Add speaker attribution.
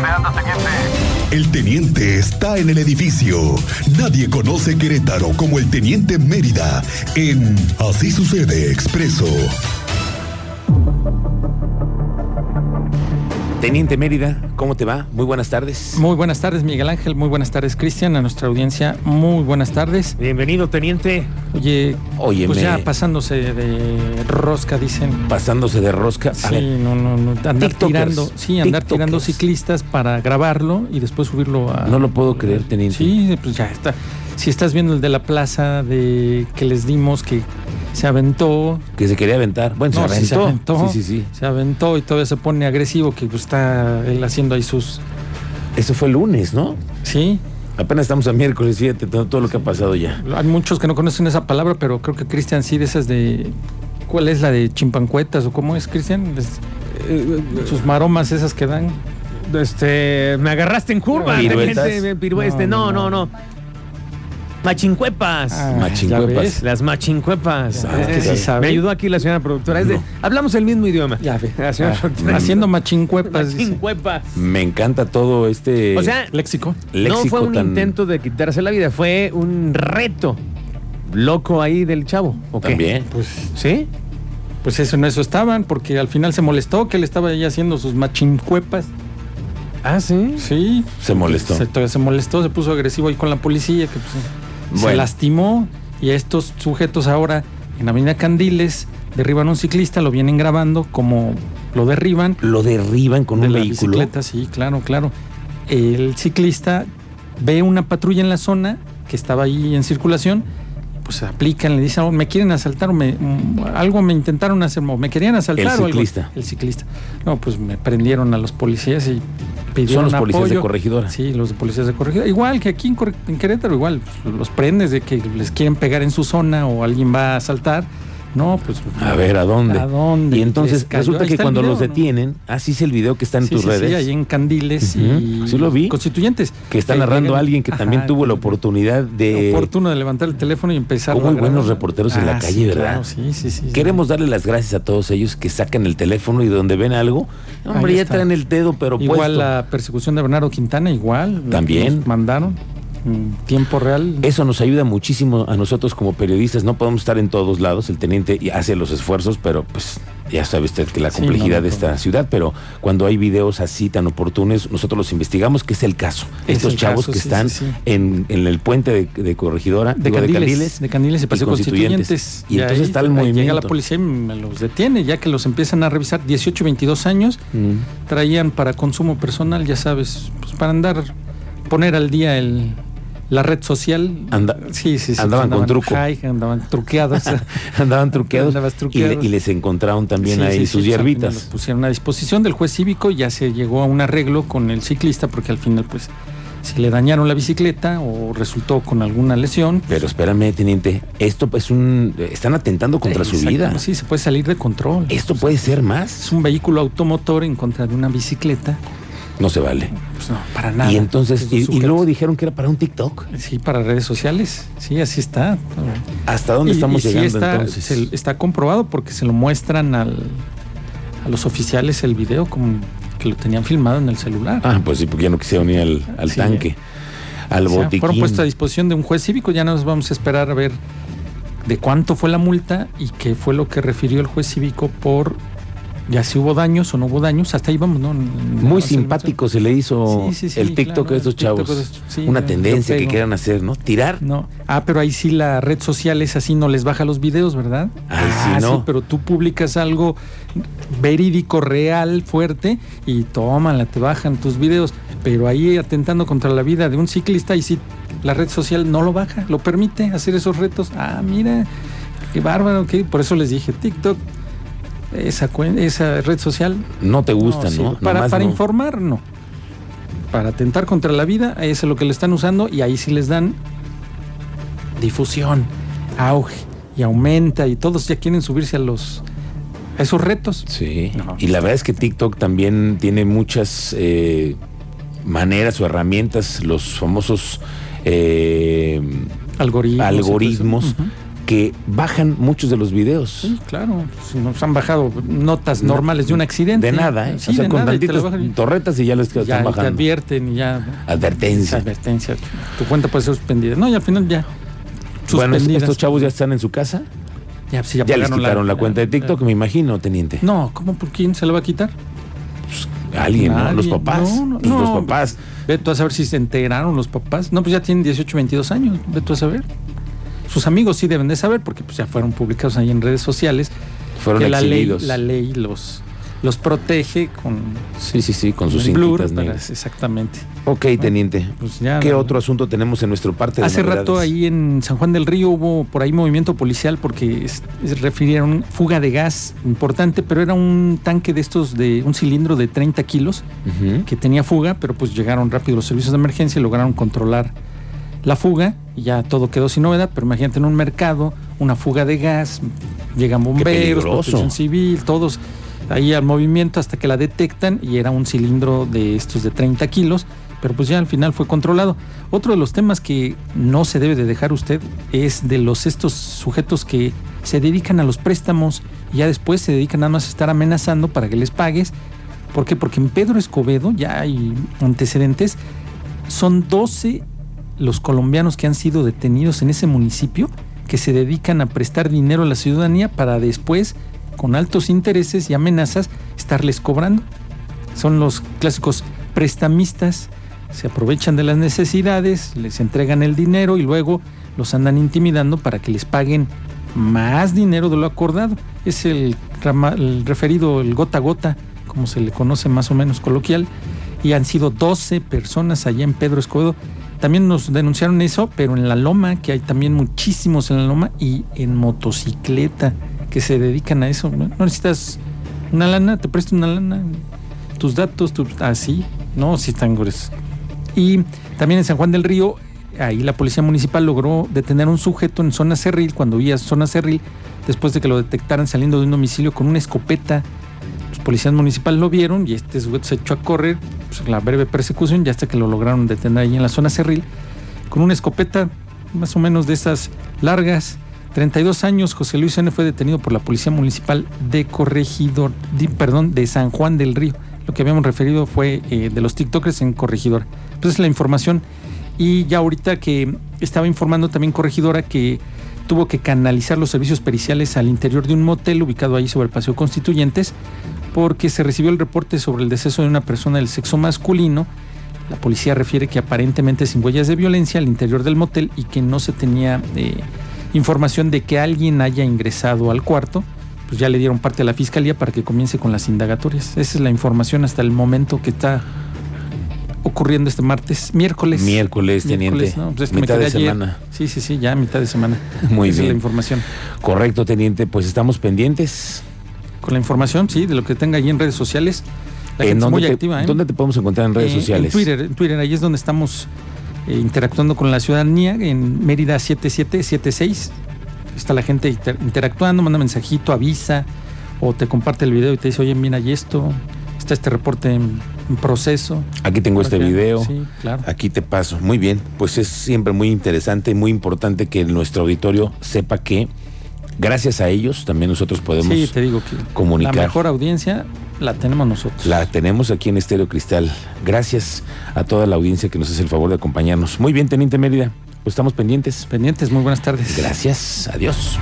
Speaker 1: Miranda, teniente.
Speaker 2: El teniente está en el edificio. Nadie conoce Querétaro como el teniente Mérida en Así sucede expreso.
Speaker 3: Teniente Mérida, ¿cómo te va? Muy buenas tardes.
Speaker 4: Muy buenas tardes, Miguel Ángel. Muy buenas tardes, Cristian. A nuestra audiencia, muy buenas tardes.
Speaker 5: Bienvenido, teniente.
Speaker 4: Oye,
Speaker 3: Óyeme.
Speaker 4: pues ya pasándose de rosca, dicen.
Speaker 3: Pasándose de rosca. A
Speaker 4: Sí,
Speaker 3: ver,
Speaker 4: no, no, no. Andar
Speaker 3: Tiktokers.
Speaker 4: tirando, sí, andar
Speaker 3: Tiktokers.
Speaker 4: tirando ciclistas para grabarlo y después subirlo a.
Speaker 3: no lo puedo creer, teniente.
Speaker 4: Sí, pues ya está. Si estás viendo el de la plaza de que les dimos que se aventó,
Speaker 3: Que se quería aventar. Bueno,
Speaker 4: No,
Speaker 3: se,
Speaker 4: sí
Speaker 3: aventó.
Speaker 4: se aventó.
Speaker 3: Sí, sí, sí.
Speaker 4: se aventó y todavía se pone agresivo, que pues, está él haciendo ahí sus.
Speaker 3: Eso fue el lunes, ¿no?
Speaker 4: Sí,
Speaker 3: Apenas estamos a miércoles, fíjate todo, todo lo que ha pasado ya.
Speaker 4: Hay muchos que no conocen esa palabra, pero creo que Cristian sí de esas de. ¿Cuál es la de chimpancuetas o cómo es, Cristian? Es- eh, Sus maromas esas que dan.
Speaker 5: Este, me agarraste en curva,
Speaker 3: Piruetas.
Speaker 5: teniente. pirue- este, no, no, no. Machincuepas.
Speaker 4: Ah,
Speaker 3: machincuepas.
Speaker 4: ¿ya ves?
Speaker 5: Las machincuepas.
Speaker 4: Ya, es que
Speaker 5: Eh,
Speaker 4: sí sabe.
Speaker 5: me ayudó aquí la señora productora. Es de-
Speaker 3: No.
Speaker 5: Hablamos el mismo idioma.
Speaker 4: Ya ve.
Speaker 5: La señora
Speaker 4: Ah,
Speaker 5: productora.
Speaker 4: haciendo machincuepas. dice.
Speaker 5: Machincuepas.
Speaker 3: Me encanta todo este
Speaker 5: O sea,
Speaker 4: Eh, Léxico.
Speaker 3: léxico
Speaker 5: no fue un
Speaker 3: tan-
Speaker 5: intento de quitarse la vida, fue un reto loco ahí del chavo. ¿o qué?
Speaker 3: también.
Speaker 4: Pues,
Speaker 5: ¿Sí?
Speaker 4: pues eso en eso estaban, porque al final se molestó que él estaba ahí haciendo sus machincuepas.
Speaker 5: Ah, sí.
Speaker 4: Sí.
Speaker 3: Se molestó.
Speaker 4: Se, todavía se molestó, se puso agresivo ahí con la policía, que pues, se
Speaker 3: Bueno.
Speaker 4: lastimó. Y estos sujetos ahora en Avenida Candiles derriban a un ciclista, lo vienen grabando como lo derriban.
Speaker 3: Lo derriban con
Speaker 4: de
Speaker 3: un
Speaker 4: la
Speaker 3: vehículo.
Speaker 4: bicicleta, sí, claro, claro. El ciclista ve una patrulla en la zona que estaba ahí en circulación, pues aplican, le dicen, "Oh, me quieren asaltar, o me, mm, algo me intentaron hacer, o me querían asaltar.
Speaker 3: El
Speaker 4: o algo".
Speaker 3: ciclista.
Speaker 4: El ciclista. No, pues me prendieron a los policías y
Speaker 3: Son
Speaker 4: pidieron
Speaker 3: los policías
Speaker 4: apoyo.
Speaker 3: de corregidora.
Speaker 4: Sí, los de policías de corregidora. Igual que aquí en, Corre- en Querétaro, igual, pues, los prendes de que les quieren pegar en su zona o alguien va a asaltar. No, pues...
Speaker 3: A ver, ¿a dónde?
Speaker 4: ¿A dónde?
Speaker 3: Y entonces
Speaker 4: Les cayó.
Speaker 3: resulta
Speaker 4: Ahí
Speaker 3: que
Speaker 4: está el
Speaker 3: cuando
Speaker 4: video,
Speaker 3: los
Speaker 4: ¿no?
Speaker 3: detienen, así es el video que está en
Speaker 4: sí,
Speaker 3: tus
Speaker 4: sí,
Speaker 3: redes.
Speaker 4: Sí, ahí en Candiles
Speaker 3: Ujú.
Speaker 4: y
Speaker 3: Sí lo vi.
Speaker 4: Constituyentes.
Speaker 3: Que está
Speaker 4: Eh,
Speaker 3: narrando
Speaker 4: llegan-
Speaker 3: a alguien que también
Speaker 4: Ajá,
Speaker 3: tuvo la oportunidad de...
Speaker 4: Oportuno de levantar el teléfono y empezar.
Speaker 3: Como
Speaker 4: a
Speaker 3: muy
Speaker 4: grabar.
Speaker 3: buenos reporteros en la
Speaker 4: Ah,
Speaker 3: calle,
Speaker 4: sí,
Speaker 3: ¿verdad?
Speaker 4: claro, sí, sí, sí.
Speaker 3: Queremos darle las gracias a todos ellos que sacan el teléfono y donde ven algo, hombre,
Speaker 4: Ahí
Speaker 3: ya
Speaker 4: está.
Speaker 3: traen el dedo, pero
Speaker 4: Igual
Speaker 3: puesto.
Speaker 4: la persecución de Bernardo Quintana, igual.
Speaker 3: También.
Speaker 4: Nos mandaron en tiempo real.
Speaker 3: Eso nos ayuda muchísimo a nosotros como periodistas. No podemos estar en todos lados. El teniente hace los esfuerzos, pero pues ya sabe usted que la
Speaker 4: Sí,
Speaker 3: complejidad
Speaker 4: no, no,
Speaker 3: de esta
Speaker 4: no.
Speaker 3: ciudad. Pero cuando hay videos así tan oportunos, nosotros los investigamos, que es el caso.
Speaker 4: Es
Speaker 3: Estos
Speaker 4: el
Speaker 3: chavos
Speaker 4: caso,
Speaker 3: que
Speaker 4: sí,
Speaker 3: están
Speaker 4: sí, sí.
Speaker 3: En, en el puente de, de Corregidora,
Speaker 4: de,
Speaker 3: digo,
Speaker 4: candiles, de Candiles. y Paseo Constituyentes.
Speaker 3: Y, entonces
Speaker 4: ahí
Speaker 3: está el
Speaker 4: ahí
Speaker 3: movimiento.
Speaker 4: Llega la policía y me los detiene, ya que los empiezan a revisar. 18, 22 años.
Speaker 3: Mm.
Speaker 4: traían para consumo personal, ya sabes, pues para andar, poner al día el, la red social.
Speaker 3: Anda-
Speaker 4: sí, sí, sí,
Speaker 3: andaban con truco.
Speaker 4: high, andaban truqueados.
Speaker 3: Andaban truqueados,
Speaker 4: Andabas
Speaker 3: y, le-
Speaker 4: truqueados.
Speaker 3: y les encontraron también
Speaker 4: Sí,
Speaker 3: ahí
Speaker 4: sí, sí,
Speaker 3: sus
Speaker 4: pues, al final Los
Speaker 3: hierbitas.
Speaker 4: pusieron a disposición del juez cívico y ya se llegó a un arreglo con el ciclista porque al final pues si le dañaron la bicicleta o resultó con alguna lesión.
Speaker 3: Pero espérame, teniente, esto es un están atentando contra su
Speaker 4: Exacto,
Speaker 3: vida.
Speaker 4: Sí, se puede salir de control.
Speaker 3: Esto puede ser
Speaker 4: Es
Speaker 3: más.
Speaker 4: un vehículo automotor en contra de una bicicleta.
Speaker 3: No se vale.
Speaker 4: Pues no, para nada.
Speaker 3: Y entonces,
Speaker 4: Esos
Speaker 3: y, y
Speaker 4: sujetos.
Speaker 3: luego dijeron que era para un TikTok.
Speaker 4: Sí, para redes sociales. Sí, así está.
Speaker 3: ¿Hasta dónde
Speaker 4: Y-
Speaker 3: estamos
Speaker 4: y sí
Speaker 3: llegando
Speaker 4: está,
Speaker 3: entonces?
Speaker 4: se- está comprobado porque se lo muestran al, a los oficiales el video como que lo tenían filmado en el celular.
Speaker 3: Ah, pues sí, porque ya no quisieron ir al, al
Speaker 4: Sí.
Speaker 3: tanque, al
Speaker 4: O sea,
Speaker 3: botiquín.
Speaker 4: fueron puestos a disposición de un juez cívico. Ya nos vamos a esperar a ver de cuánto fue la multa y qué fue lo que refirió el juez cívico por ya si hubo daños o no hubo daños. Hasta ahí vamos, ¿no?
Speaker 3: Muy simpático se le hizo
Speaker 4: Sí, sí, sí,
Speaker 3: el TikTok
Speaker 4: claro,
Speaker 3: a estos
Speaker 4: el TikTok
Speaker 3: chavos.
Speaker 4: de estos- sí,
Speaker 3: Una
Speaker 4: yo-
Speaker 3: tendencia
Speaker 4: yo
Speaker 3: que
Speaker 4: pego.
Speaker 3: quieran hacer, ¿no? Tirar.
Speaker 4: No. Ah, pero ahí sí la red social es así, no les baja los videos, ¿verdad? Ah,
Speaker 3: Ahí sí, no.
Speaker 4: pero tú publicas algo verídico, real, fuerte, y tómala, te bajan tus videos. Pero ahí atentando contra la vida de un ciclista, y si la red social no lo baja, lo permite hacer esos retos. Ah, mira, qué bárbaro, que por eso les dije, TikTok, esa, cuen- esa red social.
Speaker 3: No te gustan,
Speaker 4: sí,
Speaker 3: ¿no?
Speaker 4: Para,
Speaker 3: Nomás
Speaker 4: para
Speaker 3: no.
Speaker 4: informar, no. Para atentar contra la vida, eh, eso es lo que le están usando y ahí sí les dan difusión, auge y aumenta y todos ya quieren subirse a los a esos retos.
Speaker 3: Sí.
Speaker 4: Ajá.
Speaker 3: Y la verdad es que TikTok también tiene muchas eh, maneras o herramientas, los famosos eh,
Speaker 4: Algoritmos.
Speaker 3: algoritmos
Speaker 4: Ujú.
Speaker 3: que bajan muchos de los videos.
Speaker 4: Sí, claro, si nos han bajado notas
Speaker 3: No,
Speaker 4: normales de un accidente.
Speaker 3: De nada, ¿eh?
Speaker 4: Sí,
Speaker 3: o sea,
Speaker 4: de
Speaker 3: con
Speaker 4: nada, y te
Speaker 3: tantitas
Speaker 4: la bajan.
Speaker 3: torretas y ya les
Speaker 4: ya,
Speaker 3: están
Speaker 4: y te
Speaker 3: bajando.
Speaker 4: advierten y ya.
Speaker 3: Advertencia.
Speaker 4: Advertencia. Tu cuenta puede ser suspendida. No, y al final ya.
Speaker 3: Bueno, es-
Speaker 4: suspendidas.
Speaker 3: estos chavos ya están en su casa.
Speaker 4: ya, pues, sí, ya
Speaker 3: Ya les
Speaker 4: pagaron
Speaker 3: quitaron la, cuenta de TikTok, me imagino, teniente.
Speaker 4: No, ¿cómo? ¿Por quién se la va a quitar?
Speaker 3: Alguien, ¿no? Los
Speaker 4: Nadie.
Speaker 3: papás.
Speaker 4: No, no,
Speaker 3: Pues los
Speaker 4: no.
Speaker 3: papás.
Speaker 4: Ve tú a saber si se enteraron los papás. No, pues ya tienen 18, 22 años. Ve tú a saber. Sus amigos sí deben de saber porque pues, ya fueron publicados ahí en redes sociales.
Speaker 3: Fueron
Speaker 4: que la ley,
Speaker 3: exhibidos.
Speaker 4: la ley los, los protege con,
Speaker 3: Sí, sí, sí, con sus
Speaker 4: el blur
Speaker 3: cintitas
Speaker 4: para-
Speaker 3: negras.
Speaker 4: exactamente.
Speaker 3: Ok, teniente.
Speaker 4: Pues ya,
Speaker 3: ¿Qué
Speaker 4: no-
Speaker 3: otro asunto tenemos en nuestro parte de
Speaker 4: Hace rato
Speaker 3: novedades?
Speaker 4: ahí en San Juan del Río hubo por ahí movimiento policial porque es- es- refirieron fuga de gas importante, pero era un tanque de estos de un cilindro de 30 kilos
Speaker 3: Ujú.
Speaker 4: que tenía fuga, pero pues llegaron rápido los servicios de emergencia y lograron controlar la fuga y ya todo quedó sin novedad, pero imagínate en un mercado, una fuga de gas, llegan bomberos,
Speaker 3: peligroso.
Speaker 4: protección civil, todos ahí al movimiento hasta que la detectan y era un cilindro de estos de 30 kilos, pero pues ya al final fue controlado. Otro de los temas que no se debe de dejar usted es de los estos sujetos que se dedican a los préstamos y ya después se dedican nada más a estar amenazando para que les pagues. ¿Por qué? Porque en Pedro Escobedo ya hay antecedentes son 12 los colombianos que han sido detenidos en ese municipio que se dedican a prestar dinero a la ciudadanía para después, con altos intereses y amenazas, estarles cobrando. Son los clásicos prestamistas, se aprovechan de las necesidades, les entregan el dinero y luego los andan intimidando para que les paguen más dinero de lo acordado. Es el, rama- el referido, el gota a gota, como se le conoce más o menos coloquial y han sido 12 personas allá en Pedro Escobedo. También nos denunciaron eso, pero en La Loma, que hay también muchísimos en La Loma, y en motocicleta, que se dedican a eso. No, No necesitas una lana, te presto una lana, tus datos, tus... Así, no, si están gruesos. Y también en San Juan del Río, ahí la policía municipal logró detener a un sujeto en zona cerril, cuando vía zona cerril, después de que lo detectaran saliendo de un domicilio con una escopeta los policías municipales lo vieron y este sujeto se echó a correr pues, en la breve persecución, ya hasta que lo lograron detener ahí en la zona cerril, con una escopeta más o menos de esas largas. 32 años, José Luis N. fue detenido por la Policía Municipal de Corregidor, di- perdón, de San Juan del Río. Lo que habíamos referido fue eh, de los TikTokers en Corregidor. Entonces la información, y ya ahorita que estaba informando también Corregidora que tuvo que canalizar los servicios periciales al interior de un motel ubicado ahí sobre el Paseo Constituyentes, porque se recibió el reporte sobre el deceso de una persona del sexo masculino. La policía refiere que aparentemente sin huellas de violencia al interior del motel y que no se tenía eh, información de que alguien haya ingresado al cuarto. Pues ya le dieron parte a la fiscalía para que comience con las indagatorias. Esa es la información hasta el momento que está ocurriendo este martes, miércoles.
Speaker 3: Miércoles, teniente.
Speaker 4: Miércoles, ¿no? Pues es que me
Speaker 3: mitad de
Speaker 4: quedé ayer.
Speaker 3: semana.
Speaker 4: Sí, sí, sí, ya mitad de semana.
Speaker 3: Muy
Speaker 4: Esa es
Speaker 3: bien.
Speaker 4: la información.
Speaker 3: Correcto, teniente. Pues estamos pendientes.
Speaker 4: Con la información, sí, de lo que tenga ahí en redes sociales. La
Speaker 3: ¿En
Speaker 4: gente es
Speaker 3: dónde
Speaker 4: muy
Speaker 3: te-
Speaker 4: activa, ¿eh?
Speaker 3: ¿Dónde te podemos encontrar en redes
Speaker 4: Eh,
Speaker 3: sociales?
Speaker 4: En Twitter, en Twitter, ahí es donde estamos eh, interactuando con la ciudadanía, en Mérida 7776. Está la gente inter- interactuando, manda mensajito, avisa, o te comparte el video y te dice, oye, mira, hay esto, está este reporte en, en proceso.
Speaker 3: Aquí tengo este
Speaker 4: Para que-
Speaker 3: video.
Speaker 4: Sí, claro.
Speaker 3: Aquí te paso. Muy bien. Pues es siempre muy interesante y muy importante que nuestro auditorio sepa que gracias a ellos también nosotros podemos.
Speaker 4: Sí, te digo que
Speaker 3: comunicar.
Speaker 4: la mejor audiencia la tenemos nosotros.
Speaker 3: La tenemos aquí en Estéreo Cristal. Gracias a toda la audiencia que nos hace el favor de acompañarnos. Muy bien, Teniente Mérida. Pues estamos pendientes.
Speaker 4: Pendientes, muy buenas tardes.
Speaker 3: Gracias. Adiós.